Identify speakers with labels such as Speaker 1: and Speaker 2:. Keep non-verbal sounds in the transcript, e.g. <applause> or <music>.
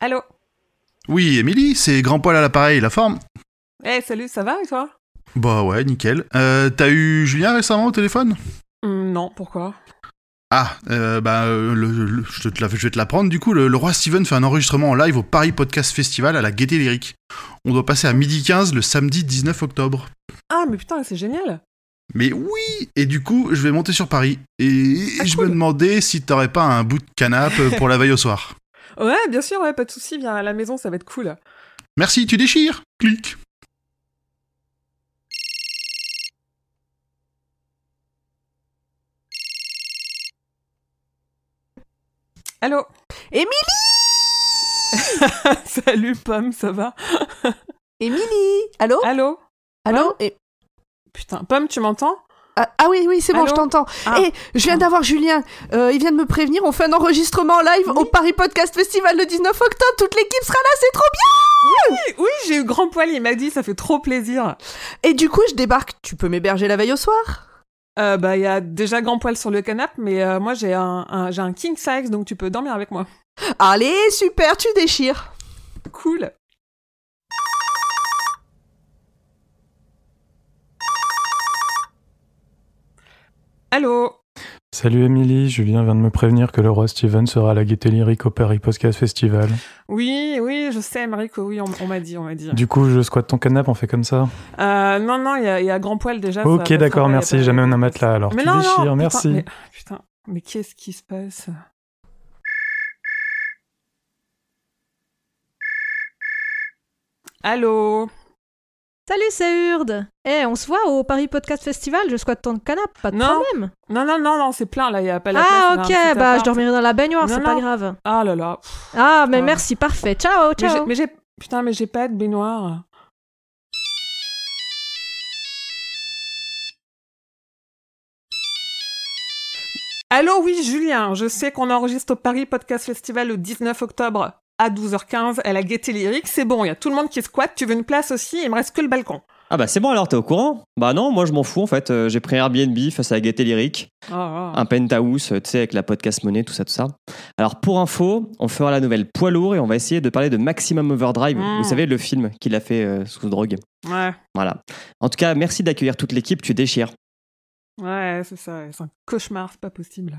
Speaker 1: Allô
Speaker 2: Oui, Émilie, c'est Grand Poil à l'appareil, la forme
Speaker 1: Eh, salut, ça va et toi
Speaker 2: Bah ouais, nickel. Euh, T'as eu Julien récemment au téléphone
Speaker 1: Hum, Non, pourquoi
Speaker 2: Ah, euh, bah, euh, le- le- je, te la- je vais te l'apprendre. Du coup, le, le roi Steven fait un enregistrement en live au Paris Podcast Festival à la Gaieté Lyrique. On doit passer à 12h15 le samedi 19 octobre.
Speaker 1: Ah, mais putain, c'est génial
Speaker 2: Mais oui Et du coup, je vais monter sur Paris. Et, et
Speaker 1: Ah,
Speaker 2: je
Speaker 1: cool.
Speaker 2: me demandais si t'aurais pas un bout de canap euh, pour la veille au soir.
Speaker 1: Ouais, bien sûr, ouais, pas de soucis, viens à la maison, ça va être cool.
Speaker 2: Merci, tu déchires Clic
Speaker 1: Allô Émilie <laughs> Salut, Pomme, ça va
Speaker 3: Émilie Allô
Speaker 1: Allô hein
Speaker 3: Allô Et-
Speaker 1: Putain, Pomme, tu m'entends
Speaker 3: ah, ah oui, oui, c'est bon,
Speaker 1: Allô
Speaker 3: je t'entends.
Speaker 1: Ah.
Speaker 3: Eh, je viens d'avoir Julien. Euh, il vient de me prévenir, on fait un enregistrement en live au Paris Podcast Festival le 19 octobre. Toute l'équipe sera là, c'est trop
Speaker 1: Oui, oui, j'ai eu grand poil, il m'a dit, ça fait trop plaisir.
Speaker 3: bien Et du coup, je débarque. Tu peux m'héberger la veille au soir
Speaker 1: Euh, bah, il y a déjà grand poil sur le canapé, mais euh, moi, j'ai un, un- j'ai un king size, donc tu peux dormir avec moi.
Speaker 3: Allez, super, tu déchires.
Speaker 1: Cool Allô
Speaker 4: Salut Émilie, Julien vient de me prévenir que le roi Steven sera à la gaieté lyrique au Paris Podcast Festival.
Speaker 1: Oui, oui, je sais, Marico, oui, on, on m'a dit, on m'a dit.
Speaker 4: Du coup, je squatte ton canapé, on fait comme ça.
Speaker 1: Euh, non, non, il y, a- il y a grand poil déjà. ça va
Speaker 4: ok,
Speaker 1: pas
Speaker 4: d'accord,
Speaker 1: travailler,
Speaker 4: merci.
Speaker 1: pas-
Speaker 4: Jamais on un matelas alors.
Speaker 1: Mais
Speaker 4: tu
Speaker 1: non, non,
Speaker 4: déchires,
Speaker 1: putain,
Speaker 4: merci.
Speaker 1: Mais, putain, mais qu'est-ce qui se passe Allô
Speaker 5: Salut, c'est Urde. Eh, on se voit au Paris Podcast Festival, je squatte ton canapé, pas de
Speaker 1: Non,
Speaker 5: problème.
Speaker 1: Non, non, non, non, c'est plein là, il n'y a pas la
Speaker 5: ah,
Speaker 1: place. on a un
Speaker 5: ok,
Speaker 1: petit
Speaker 5: bah je
Speaker 1: appart.
Speaker 5: dormirai dans la baignoire,
Speaker 1: Non,
Speaker 5: c'est pas
Speaker 1: non.
Speaker 5: grave.
Speaker 1: Ah là là. pff,
Speaker 5: Ah, mais
Speaker 1: Ouais.
Speaker 5: merci, parfait. Ciao,
Speaker 1: mais j'ai-
Speaker 5: ciao.
Speaker 1: Mais j'ai. Putain, mais j'ai pas de baignoire. Allô, oui, Julien, je sais qu'on enregistre au Paris Podcast Festival le 19 octobre à 12h15 à la Gaieté Lyrique. C'est bon, il y a tout le monde qui squatte. Tu veux une place aussi Il me reste que le balcon.
Speaker 6: Ah bah c'est bon alors, t'es au courant Bah non, moi je m'en fous en fait, Euh, j'ai pris un Airbnb face à la Gaieté Lyrique,
Speaker 1: Oh, oh.
Speaker 6: un penthouse, euh, tu sais, avec la podcast monnaie, tout ça, tout ça. Alors pour info, on fera la nouvelle poids lourd et on va essayer de parler de Maximum Overdrive,
Speaker 1: Mm.
Speaker 6: vous savez, le film qu'il a fait euh, sous drogue.
Speaker 1: Ouais,
Speaker 6: Voilà. En tout cas, merci d'accueillir toute l'équipe, tu déchires.
Speaker 1: ouais, c'est ça. C'est un cauchemar, c'est pas possible.